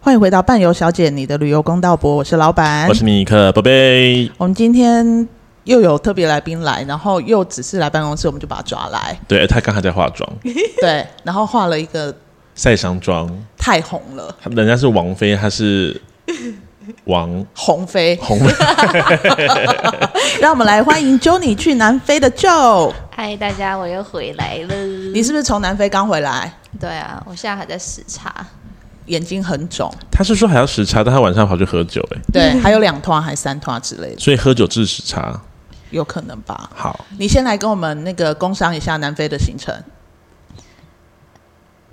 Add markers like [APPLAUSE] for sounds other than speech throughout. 欢迎回到伴游小姐你的旅游公道博，我是老板，我是米克宝贝。我们今天又有特别来宾来，然后又只是来办公室，我们就把他抓来， [LAUGHS] 对，他刚才在化妆，对，然后画了一个晒伤妆，太红了，他人家是王菲，他是 [LAUGHS] 王红飞， [LAUGHS] 红菲。让我们来欢迎 Johnny 去南非的 Joe，嗨，大家，我又回来了。你是不是从南非刚回来，对啊，我现在还在时差，眼睛很肿？他是说还要时差，但他晚上跑去喝酒、欸，哎，对，还有两团还三团之类的，所以喝酒治时差。有可能吧？好，你先来跟我们那个工商一下南非的行程。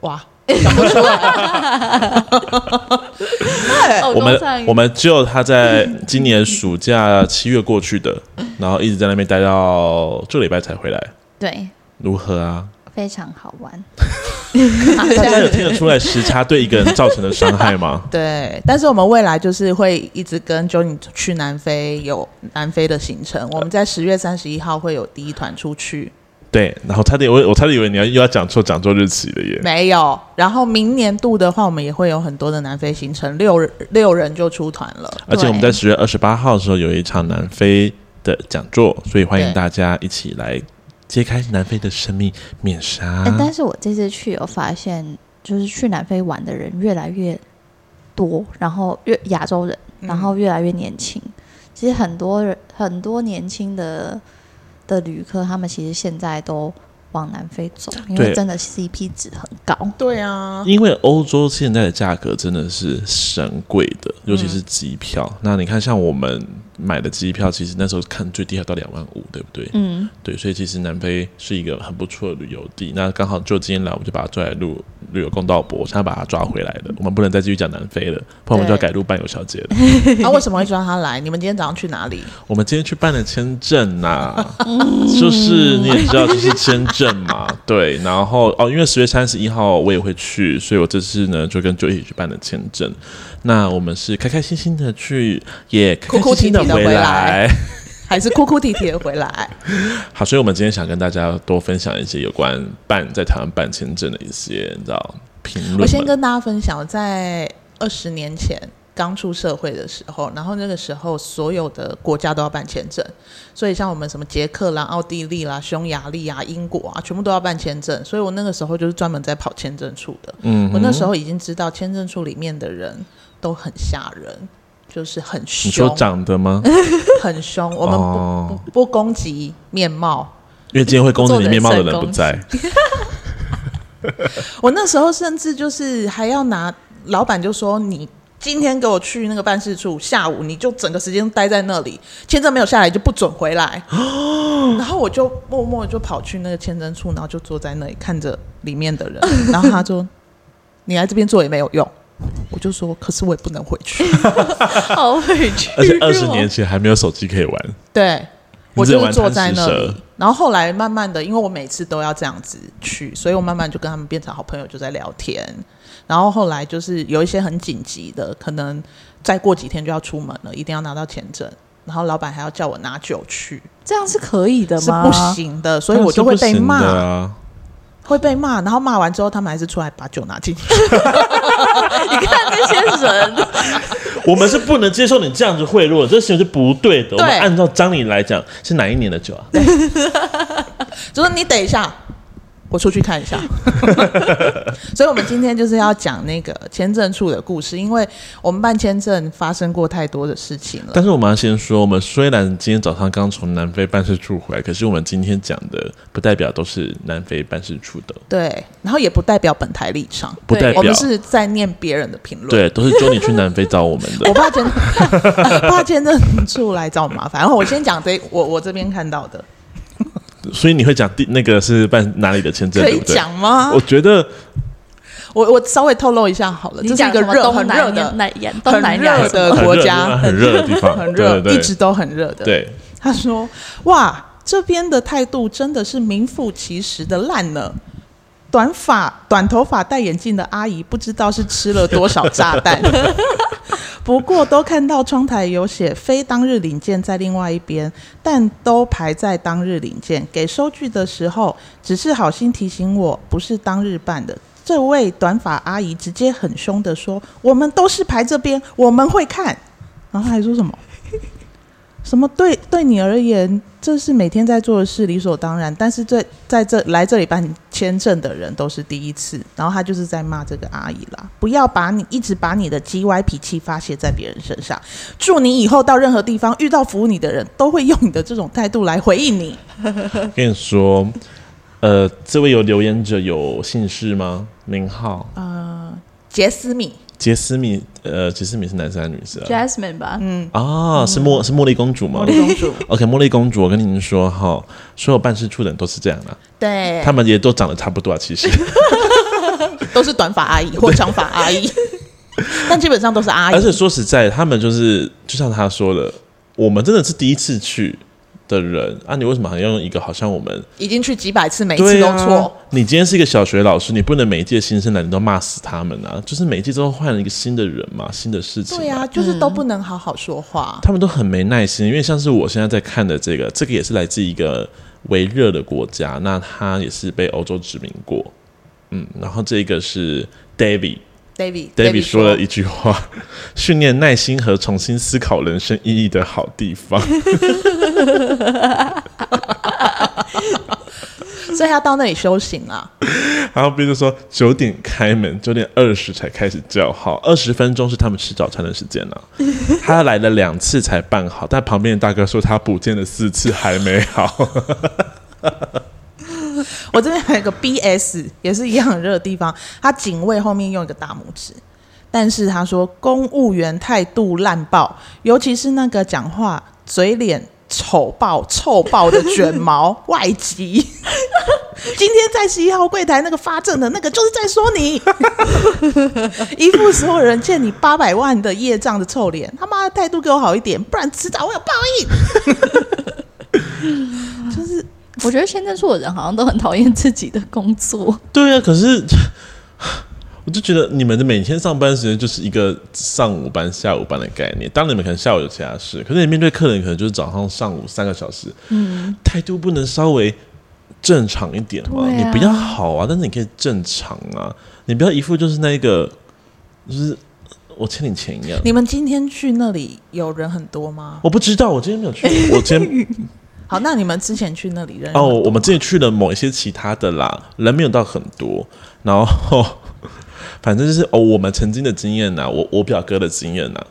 哇，想不出来。对哦我工商们一我们只有他在今年暑假七月过去的，然后一直在那边待到这礼拜才回来，对，如何啊？非常好玩。 [LAUGHS] 啊大家有听得出来时差对一个人造成的伤害吗？对，但是我们未来就是会一直跟 Johnny 去南非有南非的行程。我们在十月三十一号会有第一团出去，对，然后差点我我差点以为你要又要讲错讲错日期了耶。没有。然后明年度的话，我们也会有很多的南非行程，六人六人就出团了。而且我们对在十月二十八号的时候有一场南非的讲座，所以欢对迎大家一起来揭开南非的神秘面纱哎。但是我这次去有发现，就是去南非玩的人越来越多，然后越亚洲人，嗯然后越来越年轻。其实很多人很多年轻的的旅客，他们其实现在都往南非走，因为对真的 CP 值很高。对 [LAUGHS] 啊，哦因为欧洲现在的价格真的是神贵的，尤其是机票。那你看，像我们买的机票，其实那时候看最低还到两万五，对不对？嗯，对，所以其实南非是一个很不错的旅游地。那刚好就今天来，我们就把它抓来录旅游公道博，现在把它抓回来了。我们不能再继续讲南非了，不然我们就要对改录伴游小姐了。那、啊为什么会抓他来？你们今天早上去哪里？我们今天去办了签证呐、 [LAUGHS] 就是你也知道，就是签证嘛，对。然后哦，因为十月三十一号我也会去，所以我这次呢就跟九一起去办了签证。那我们是开开心心的去，也开开心心地哭哭啼啼地回来来。还是哭哭啼啼的回来？ [LAUGHS] 好，所以我们今天想跟大家多分享一些有关办在台湾办签证的一些你知道评论们。我先跟大家分享，在二十年前刚出社会的时候，然后那个时候所有的国家都要办签证，所以像我们什么捷克啦、奥地利啦、匈牙利啊、英国啊，全部都要办签证。所以我那个时候就是专门在跑签证处的。嗯哼，我那时候已经知道签证处里面的人都很吓人，就是很你说凶，长 [LAUGHS] 得吗？很凶。我们不、哦不不攻击面貌，因为今天会攻击你面貌的人不做人身攻击在，我那时候甚至就是还要拿老板就说你。今天给我去那个办事处，下午你就整个时间待在那里，签证没有下来就不准回来。 [GASPS] 然后我就默默地就跑去那个签证处，然后就坐在那里看着里面的人。 [LAUGHS] 然后他说：“你来这边做也没有用。”我就说：“可是我也不能回去。 [LAUGHS] 好委屈、 [LAUGHS] 而且二十年前还没有手机可以玩。对，你我只就有是玩坐贪在食那蛇里。然后后来慢慢的，因为我每次都要这样子去，所以我慢慢就跟他们变成好朋友，就在聊天。然后后来就是有一些很紧急的，可能再过几天就要出门了，一定要拿到签证。然后老板还要叫我拿酒去，这样是可以的是吗？不，行的， [LAUGHS] 所以我就会被骂，当然是不行的啊。会被骂。然后骂完之后，他们还是出来把酒拿进去。 [LAUGHS] 你看那些人。我们是不能接受你这样子贿赂，这行为是不对的。对我们按照张理来讲，是哪一年的酒啊？就说你等一下，我出去看一 [LAUGHS] 下。所以，我们今天就是要讲那个签证处的故事，因为我们办签证发生过太多的事情了。 [LAUGHS] 但是我们要先说，我们虽然今天早上刚从南非办事处回来，可是我们今天讲的不代表都是南非办事处的，对，然后也不代表本台立场，不代我表们是在念别人的评论。，对，都是叫你去南非找我们 [LAUGHS] 的我。怕签，怕签证处来找我麻烦。然后我先讲这，我我这边看到的，所以你会讲第那个是办哪里的签证，可对以不对？讲啊吗我？觉得我我稍微透露一下好了，你这是讲一个什么热东很热南的亚、南亚、东很南亚热什么的很国热家，很热的地方，很热，对一对直都很热的。对。对他说：“哇，这边的态度真的是名副其实的烂呢。短发、短头发、戴眼镜的阿姨，不知道是吃了多少炸弹。 [LAUGHS] 不过都看到窗台有写非当日领件在另外一边，但都排在当日领件。给收据的时候，只是好心提醒我不是当日办的，这位短发阿姨直接很凶的说：“我们都是排这边，我们会看。”然后她还说什么？什么对对你而言，这是每天在做的事，理所当然。但是这在这来这里办签证的人都是第一次，然后他就是在骂这个阿姨啦，不要把你一直把你的叽歪脾气发泄在别人身上。祝你以后到任何地方遇到服务你的人都会用你的这种态度来回应你。跟你说，呃，这位有留言者有姓氏吗？名号？啊杰斯米，杰斯米，呃，杰斯米是男生还是女生啊？ Jasmine 吧，嗯，啊，是茉是茉莉公主吗茉莉公主， ？OK，茉莉公主，我跟您说哈，所有办事处的人都是这样的， [LAUGHS] 对哎他，们也都长得差不多啊，[LAUGHS] 其实，都是短发阿姨或长发阿 [LAUGHS] 姨，但基本上都是阿而且姨。说实在，他们就是就像他说的，我们真的是第一次去的人啊，你为什么还要用一个好像我们已经去几百次，每一次对都啊错。你今天是一个小学老师，你不能每一届新生来你都骂死他们啊！就是每一届都换了一个新的人嘛，新的事情、对啊，就是都不能好好说话。他们都很没耐心，因为像是我现在在看的这个，这个也是来自一个微热的国家，那他也是被欧洲殖民过，嗯，然后这个是 David。David David，David 说了一句话：“ [LAUGHS] 训练耐心和重新思考人生意义的好地 [LAUGHS] 方。所以他到那里修行啊。”然后比如说九点开门，九点二十才开始叫号，二十分钟是他们吃早餐的时间 [LAUGHS] 了、他来了两次才办好，但旁边的大哥说他补件了四次还没好。我这边还有一个 BS，也是一样很热的地方，他警卫后面用一个大拇指。但是他说公务员态度烂爆，尤其是那个讲话嘴脸丑爆、臭爆的卷毛外籍。今天在十一号柜台那个发证的那个，就是在说你，一副所有人欠你八百万的业障的臭脸。他妈的态度给我好一点，不然迟早我有报应。就是我觉得签证处的人好像都很讨厌自己的工作，对啊，可是我就觉得你们的每天上班时间就是一个上午班、下午班的概念。当然你们可能下午有其他事，可是你面对客人可能就是早上上午三个小时，嗯，态度不能稍微正常一点吗？对你啊不要好啊，但是你可以正常啊，你不要一副就是那一个就是我欠你钱一样。你们今天去那里有人很多吗？我不知道，我今天没有去，我今天好，那你们之前去那里人哦，很多我们自己去了某一些其他的啦，人没有到很多，然后 [LAUGHS] 反正就是哦，我们曾经的经验呐、我我表哥的经验呐、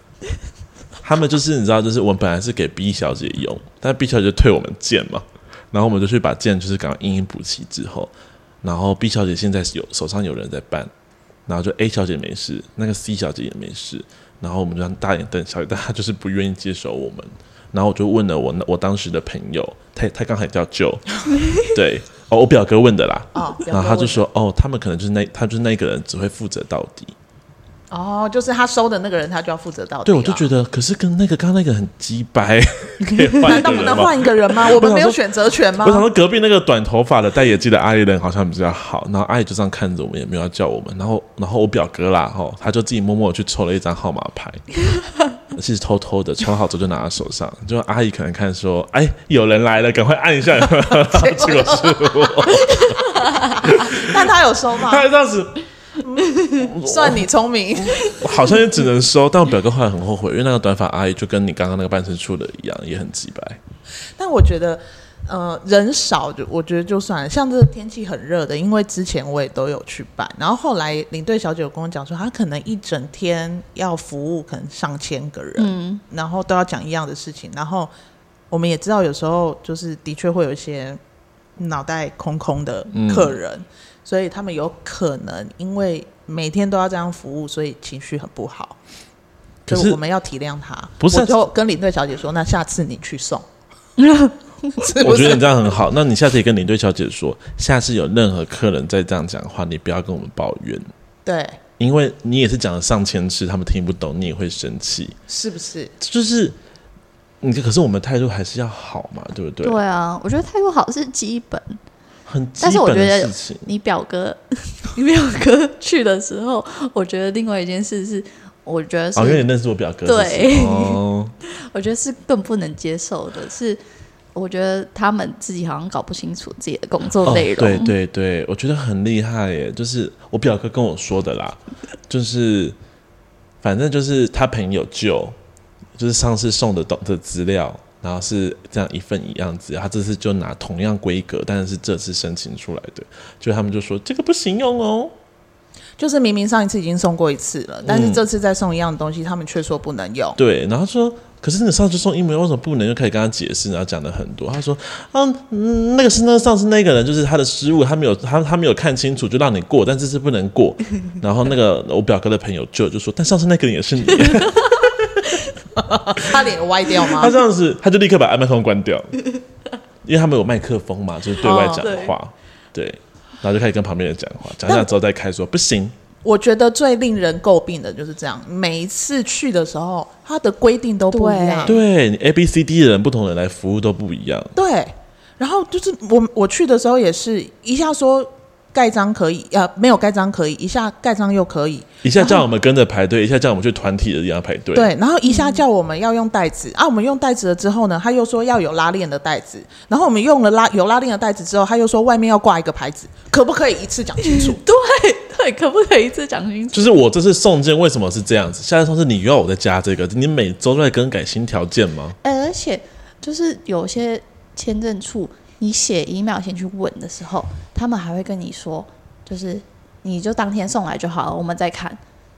他们就是你知道，就是我们本来是给 B 小姐用，但 B 小姐就退我们件嘛，然后我们就去把件就是赶快印印补齐之后，然后 B 小姐现在是有手上有人在办，然后就 A 小姐没事，那个 C 小姐也没事，然后我们就让大眼瞪小眼，但她就是不愿意接手我们。然后我就问了我那我当时的朋友，他他刚才叫 Joe，对，哦，我表哥问的啦。哦，然后他就表说，哦，他们可能就是那，他就是那个人只会负责到底。哥问哦，就是他收的那个人，他就要负责到底。啊对，我就觉，得，可是跟那个刚刚那个很鸡 [LAUGHS] 掰，可以换一难道个不人能吗？换一个人吗？我们没有我想说选择权吗我？想说隔壁那个短头发的戴眼镜的阿姨人好像比较好，然后阿姨就这样看着我们，也没有要叫我们。然后，然后我表哥啦，吼，他就自己默默地去抽了一张号码牌， [LAUGHS] 其实偷偷的抽好之后就拿在手上，就阿姨可能看说，哎，有人来了，赶快按一下， [LAUGHS] 结果是但他有收 [LAUGHS] 吗？他还这样子，算你聪明。好像也只能收。但我表哥后来很后悔，因为那个短发阿姨就跟你刚刚那个办事处的一样，也很鸡掰。但我觉得，呃，人少就我觉得就算了。像这个天气很热的，因为之前我也都有去办，然后后来领队小姐有跟我讲说，她可能一整天要服务可能上千个人，嗯，然后都要讲一样的事情，然后我们也知道有时候就是的确会有一些脑袋空空的客人，所以他们有可能因为每天都要这样服务，所以情绪很不好。可所以是我们要体谅他，不是啊我就跟领队小姐说，那下次你去送，是不 [LAUGHS] 我觉得是你？这样很好。那你下次也跟领队小姐说，下次有任何客人再这样讲话，你不要跟我们抱怨， [LAUGHS] 对，因为你也是讲了上千次，他们听不懂，你也会生气。是不是？就是你，可是我们态度还是要好嘛，对不 [LAUGHS] 对？对啊，我觉得态度好是基本。很基但是我本觉的得事情。你表哥， [LAUGHS] 你表哥去的时候，我觉得另外一件事是，我觉得是，哦，因为你认识我表哥，对就是哦，我觉得是更不能接受的是，我觉得他们自己好像搞不清楚自己的工作 [LAUGHS] 内容。哦对对对，我觉得很厉害耶！就是我表哥跟我说的啦，就是反正就是他朋友就就是上次送的东的资料，然后是这样一份一样子，他这次就拿同样规格，但是这次申请出来的，就他们就说这个不行用哦。就是明明上一次已经送过一次了，但嗯是这次再送一样的东西，他们却说不能 [LAUGHS] 用。对，然后说，可是你上次送一模一样为什么不能？就开始跟他解释，然后讲了很多。他说，嗯、嗯，那个是那上次那个人就是他的失误，他没有他他没有看清楚，就让你过， [LAUGHS] 但这次不能过。然后那个我表哥的朋友就就说，但上次那个人也是你，他脸歪掉吗他？这样子他就立刻把麦克风关掉， [LAUGHS] 因为他们有麦克风嘛，就是对外讲哦话，对，然后就开始跟旁边人讲话，讲一讲之后再开说不行，我觉得最令人诟病的就是这样，每一次去的时候，他的规定都不一样。对你 A B C D 的人不同人来服务都不一样，对，然后就是我我去的时候也是一下说盖章可以，呃，没有盖章可以，一下盖章又可以，一下叫我们跟着排队，一下叫我们去团体的地方排队，对，然后一下叫我们要用袋子、啊，我们用袋子了之后呢，他又说要有拉链的袋子，然后我们用了拉有拉链的袋子之后，他又说外面要挂一个牌子，可不可以一次讲清嗯楚？ [LAUGHS] 对对，可不可以一次讲清楚？就是我这次送件为什么是这样子？下次送件你又要我再加这个，你每周都在更改新条件吗？哎，而且就是有些签证处，你写 email 先去问的时候，他们还会跟你说，就是你就当天送来就好了，我们再看。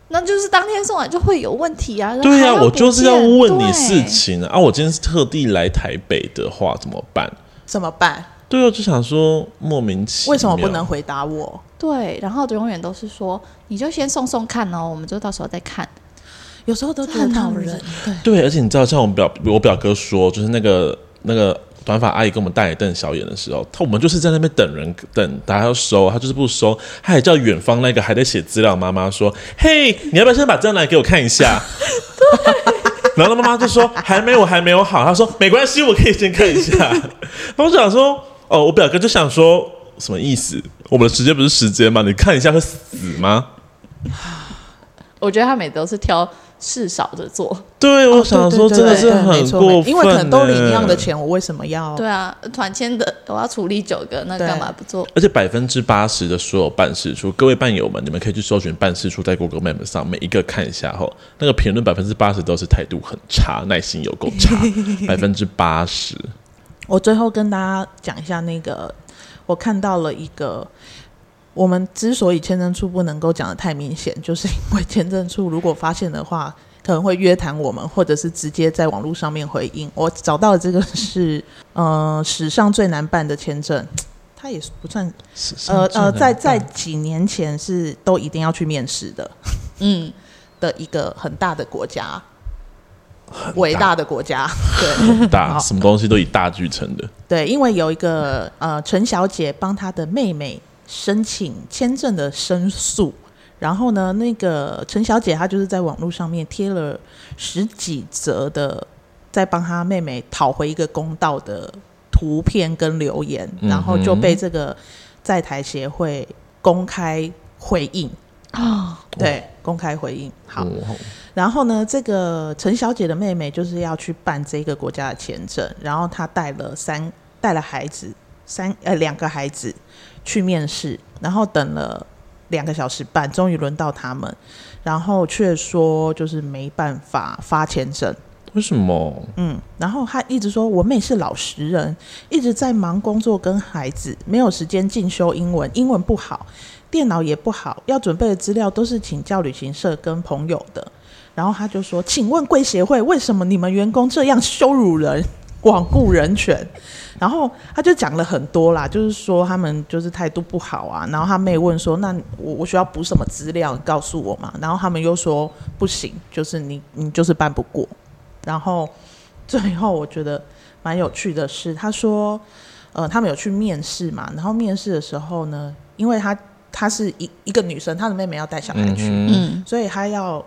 那就是当天送来就会有问题呃啊！对呀、啊，我就是要不见问你事。对情啊！啊，我今天是特地来台北的话怎么办？怎么办？对啊，就想说莫名其妙，为什么不能？回答我？对，然后永远都是说，你就先送送看哦，我们就到时候再看。有时候都这觉得很他恼们人是，对，对，而且你知道，像我们表我表哥说，就是那个那个短发阿姨跟我们大眼瞪小眼的时候，他我们就是在那边等人等，他要收，啊他就是不收，他还叫远方那个还在写资料的妈妈说：“嘿，你要不要先把资料拿给我看 [LAUGHS] 一下？”然后他妈妈就说：“还没有，还没有好。”他说：“没关系，我可以先看一下。” [LAUGHS] 然后我想说：“哦，我表哥就想说什么意思？我们的时间不是时间吗？你看一下会死吗？”哦我觉得他每都是挑事少的做。对，我哦想说对真的对对是对没很错过分、没错因为可能都领一样的欸钱，我为什么要？ [LAUGHS] 对啊，团签的我要处理九个，那对干嘛不做？而且百分之八十的所有办事处，各位办友们，你们可以去搜寻办事处，在 Google Map 上每一个看一下后，那个评论百分之八十都是态度很差，耐心有够 [LAUGHS] 差，百分之八十。我最后跟大家讲一下那个，我看到了一个，我们之所以签证处不能够讲的太明显，就是因为签证处如果发现的话，可能会约谈我们，或者是直接在网络上面回应。我找到的这个是，呃，史上最难办的签证。它也不算，呃呃，在在几年前是都一定要去面试的嗯，的一个很大的国家，伟大的国家，对，大好什么东西都以大巨成的，对，因为有一个呃陈小姐帮她的妹妹申请签证的申诉，然后呢，那个陈小姐她就是在网络上面贴了十几则的，在帮她妹妹讨回一个公道的图片跟留言，嗯哼然后就被这个在台协会公开回应，哦，对，公开回应。好，哦然后呢，这个陈小姐的妹妹就是要去办这个国家的签证，然后她带了三带了孩子三呃两个孩子去面试，然后等了两个小时半，终于轮到他们，然后却说就是没办法发签证，为什么？嗯，然后她一直说我妹是老实人，一直在忙工作跟孩子，没有时间进修英文，英文不好，电脑也不好，要准备的资料都是请教旅行社跟朋友的。然后他就说：“请问贵协会，为什么你们员工这样羞辱人、罔顾人权？”然后他就讲了很多啦，就是说他们就是态度不好啊。然后他妹问说：“那我我需要补什么资料？你告诉我嘛。”然后他们又说：“不行，就是你你就是办不过。”然后最后我觉得蛮有趣的是，他说：“呃，他们有去面试嘛？然后面试的时候呢，因为他他是一一个女生，她的妹妹要带小孩嗯去，哼嗯所以他要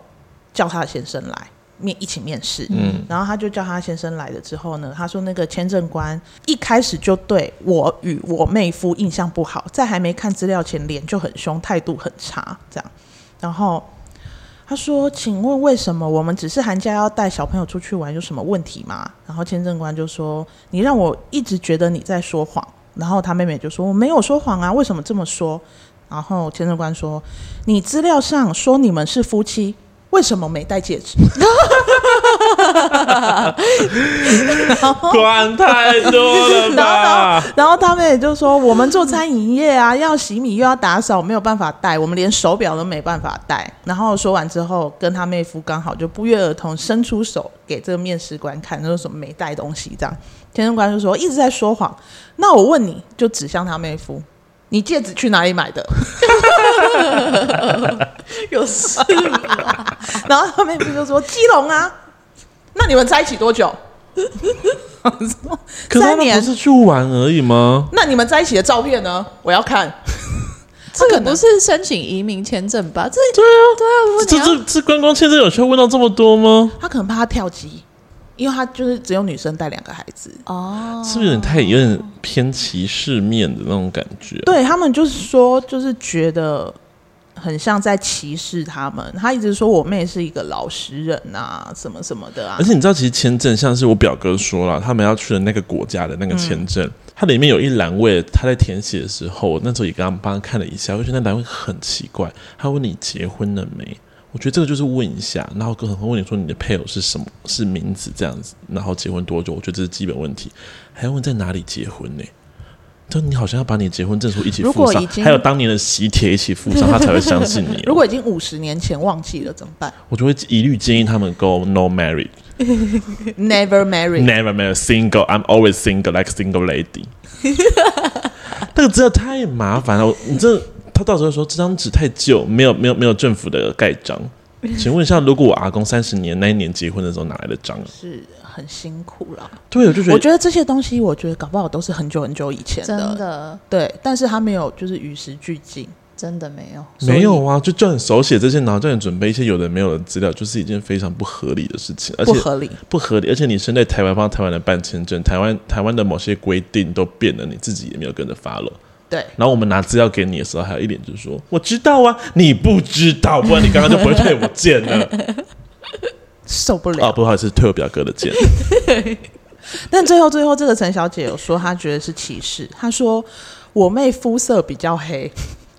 叫他的先生来面一起面试。嗯，然后他就叫他先生来了之后呢，他说那个签证官一开始就对我与我妹夫印象不好，在还没看资料前脸就很凶，态度很差，这样。然后他他说：“请问为什么我们只是寒假要带小朋友出去玩，有什么问题吗？”然后签证官就说：“你让我一直觉得你在说谎。”然后他妹妹就说：“我没有说谎啊，为什么这么说？”然后签证官说：“你资料上说你们是夫妻，为什么没戴戒指？”管太多了吧？哦 [LAUGHS] 然后他们也就说，我们做餐饮业啊，要洗米又要打扫，没有办法带，我们连手表都没办法带。然后说完之后，跟他妹夫刚好就不约而同伸出手给这个面试官看，说什么没带东西这样。面试官就说一直在说谎。那我问你，就指向他妹夫，你戒指去哪里买的？有事吗？然后他妹夫就说基隆啊。那你们在一起多 [LAUGHS] 久？可是他三们不年。是去玩而已吗？那你们在一起的照片呢？我要看。这可个能不是申请移民签证吧？这对啊，对啊，如果这你要这这观光签证有需要问到这么多吗？他可能怕他跳级，因为他就是只有女生带两个孩子。哦，是不是有点太有点偏歧视面的那种感觉？对他们就是说，就是觉得很像在歧视他们。他一直说我妹是一个老实人啊，什么什么的啊而。且你知道，其实签证像是我表哥说了，他们要去的那个国家的那个签证，嗯它里面有一栏位，他在填写的时候，我那时候也刚刚帮他看了一下，我觉得那栏位很奇怪，他问你结婚了没。我觉得这个就是问一下，然后可能会问你说你的配偶是什么，是名字这样子，然后结婚多久？我觉得这是基本问题，还要问在哪里结婚呢、就你好像要把你结婚证书一起如附果上已，经还有当年的喜帖一起附上，他才会相信你哦。 [LAUGHS] 如果已经五十年前忘记了怎么 [LAUGHS] 办我就会一律建议他们 go no marriage。 ？Never marry。 Never married single. I'm always single, like single [LAUGHS] lady. 那个真的太麻烦了，我你这他到时候说这张纸太旧，没有没有没有政府的盖 [LAUGHS] 章。请问一下，如果我阿公三十年那一年结婚的时候哪来的章啊？是很辛苦啦，对，我就觉得我觉得这些东西，我觉得搞不好都是很久很久以前真的，的对，但是他没有就是与时俱进，真的没有。所以没有啊，就叫你手写这些，然后叫你准备一些有的没有的资料，就是一件非常不合理的事情，而且不合理。不合理，而且你身在台湾帮台湾人办签证，台湾台湾的某些规定都变了，你自己也没有跟着发了。对，然后我们拿资料给你的时候，还有一脸就是说：“我知道啊，你不知道，不然你刚刚就不会退我件了。 [LAUGHS] 受不”了啊，。不好意思，退我表哥的件。但最后最后，这个陈小姐有说，她觉得是歧视。她说我妹肤色比较黑，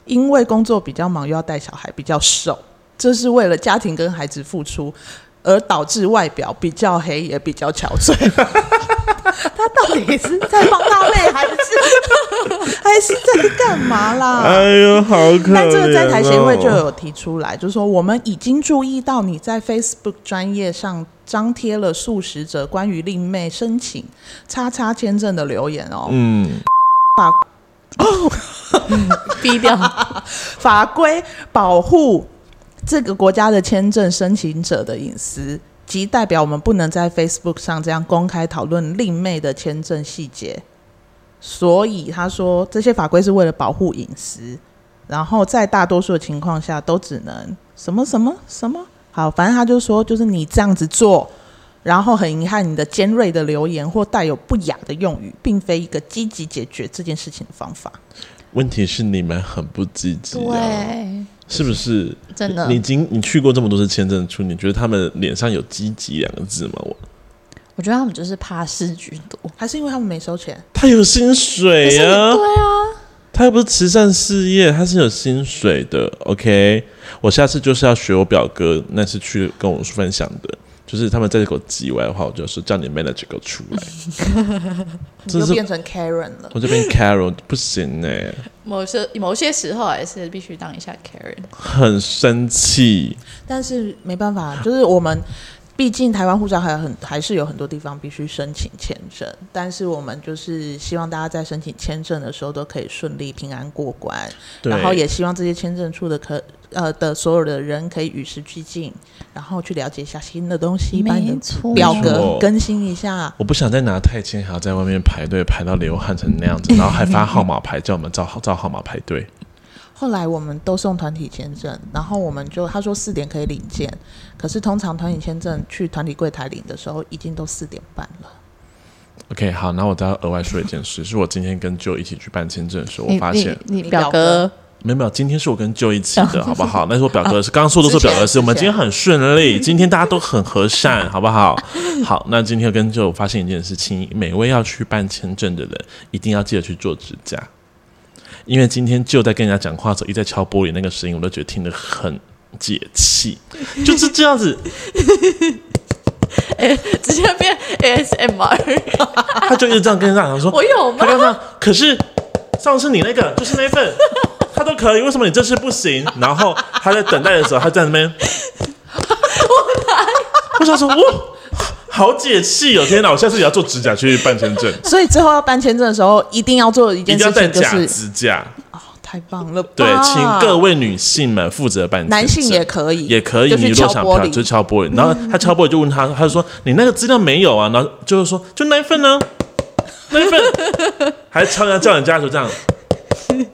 因为工作比较忙，又要带小孩，比较瘦，这是为了家庭跟孩子付出，而导致外表比较黑，也比较憔 [LAUGHS] 悴。她到底是在帮她妹，还是还是在干嘛啦？哎呦，好可怜、哦！但啊这个在台协会就有提出来，就是说我们已经注意到你在 Facebook 专业上张贴了素食者关于令妹申请叉叉签证的留言哦。嗯，低调，法规保护这个国家的签证申请者的隐私，即代表我们不能在 Facebook 上这样公开讨论另类的签证细节。所以他说，这些法规是为了保护隐私，然后在大多数的情况下都只能什么什么什么。好，反正他就说，就是你这样子做，然后很遗憾，你的尖锐的留言或带有不雅的用语，并非一个积极解决这件事情的方法。问题是你们很不积极、啊，对，是不是？真的你，已经你去过这么多次签证处，你觉得他们脸上有积极两个字吗？我我觉得他们就是怕事居多。还是因为他们没收钱？他有薪水可是啊，对啊，他又不是慈善事业，他是有薪水的。OK，我下次就是要学我表哥那次去跟我分享的，就是他们再给我叽歪的话，我就是叫你 manager 给我出来。你 [LAUGHS] 这就是变成 Karen 了。我这边 Carol 不行欸呢、某些某些时候还是必须当一下 Karen。很生气。但是没办法，就是我们毕竟台湾护照还有很还是有很多地方必须申请签证，但是我们就是希望大家在申请签证的时候都可以顺利平安过关，对，然后也希望这些签证处的可呃的所有的人可以与时俱进，然后去了解一下新的东西，把你没的错，表没格错更新一下。我不想再拿太签，还要在外面排队排到流汗成那样子，然后还发号码牌叫我们照照号码排队。后来我们都送团体签证，然后我们就他说四点可以领件，可是通常团体签证去团体柜台领的时候，已经都四点半了。 OK，好，那我再额外说一件事，是我今天跟 Joe 一起去办签证的时候，我你发现你你你表表格没有没有，今天是我跟舅一起的，好不好？那是我表哥的事，刚刚说的是我表哥的之事。前我们今天很顺利，今天大家都很和善，好不好？好，那今天跟舅发现一件事情，每位要去办签证的人，一定要记得去做指甲，因为今天舅在跟人家讲话的时候，一直在敲玻璃那个声音，我都觉得听得很解气，就是这样子， [LAUGHS] 直接变 ASMR， [LAUGHS] 他就一直这样跟人家讲说，我有吗他？刚刚可是上次你那个就是那 [LAUGHS] 份，他都可以，为什么你这次不行？然后他在等待的时候，他在那 [LAUGHS] 边，我想说，哇，好解气哦！天哪，我下次也要做指甲去办签证，所以之后要办签证的时候，一定要做一一件定要事带情，就假是指甲。哦太棒了吧，对，请各位女性们负责办签证，男性也可以，也可以，就你去如敲果想玻漂亮就璃，敲玻璃。然后他敲玻璃就问他，他就说你那个资料没有啊？然后就是说就那一份呢，那一份还敲人家叫人家的时候这样，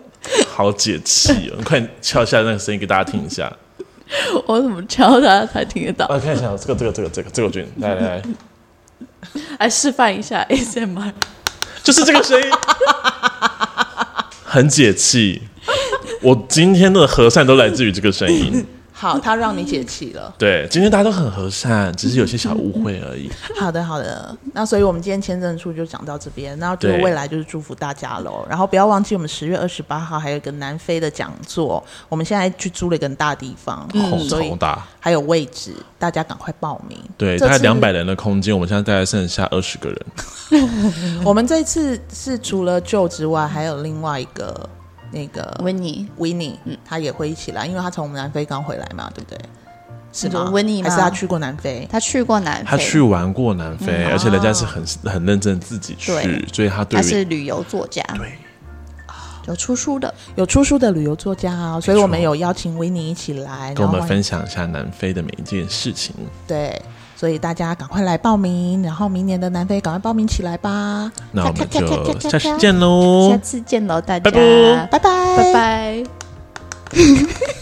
好解气哦！你快点敲一下那个声音给大家听一下。 [LAUGHS] 我怎么敲他才听得到？啊，看一下这个这个这个这个这个我觉得来来来，来示范一下 ASMR，就是这个声音，很解气。我今天的和善都来自于这个声音。好，他让你解气了。对，今天大家都很和善，只是有些小误会而已。好的，好的。那所以我们今天签证处就讲到这边，然后就对未来就是祝福大家喽。然后不要忘记我们十月二十八号还有一个南非的讲座，我们现在去租了一个很大的地方，红所头以大。还有位置，大家赶快报名。对，这大概次两百人的空间，我们现在大概剩下二十个人。我们这次是除了 Joe 之外，还有另外一个那个温妮，维尼，嗯他也会一起来，因为他从我们南非刚回来嘛，对不对？是你说吗？温妮还吗是他去过南非？他去过南非，他去玩过南非，嗯而且人家哦是很很认真自己去对，所以他对他是于旅游作家，对有出书的。有出书的旅游作家啊、所以我们有邀请维尼一起来，跟我然们后分享一下南非的每一件事情。对，所以大家赶快来报名，然后明年的南非赶快报名起来吧，那我们咔咔咔咔就咔下次咔见喽下，次见喽，大家，拜拜拜拜，拜拜。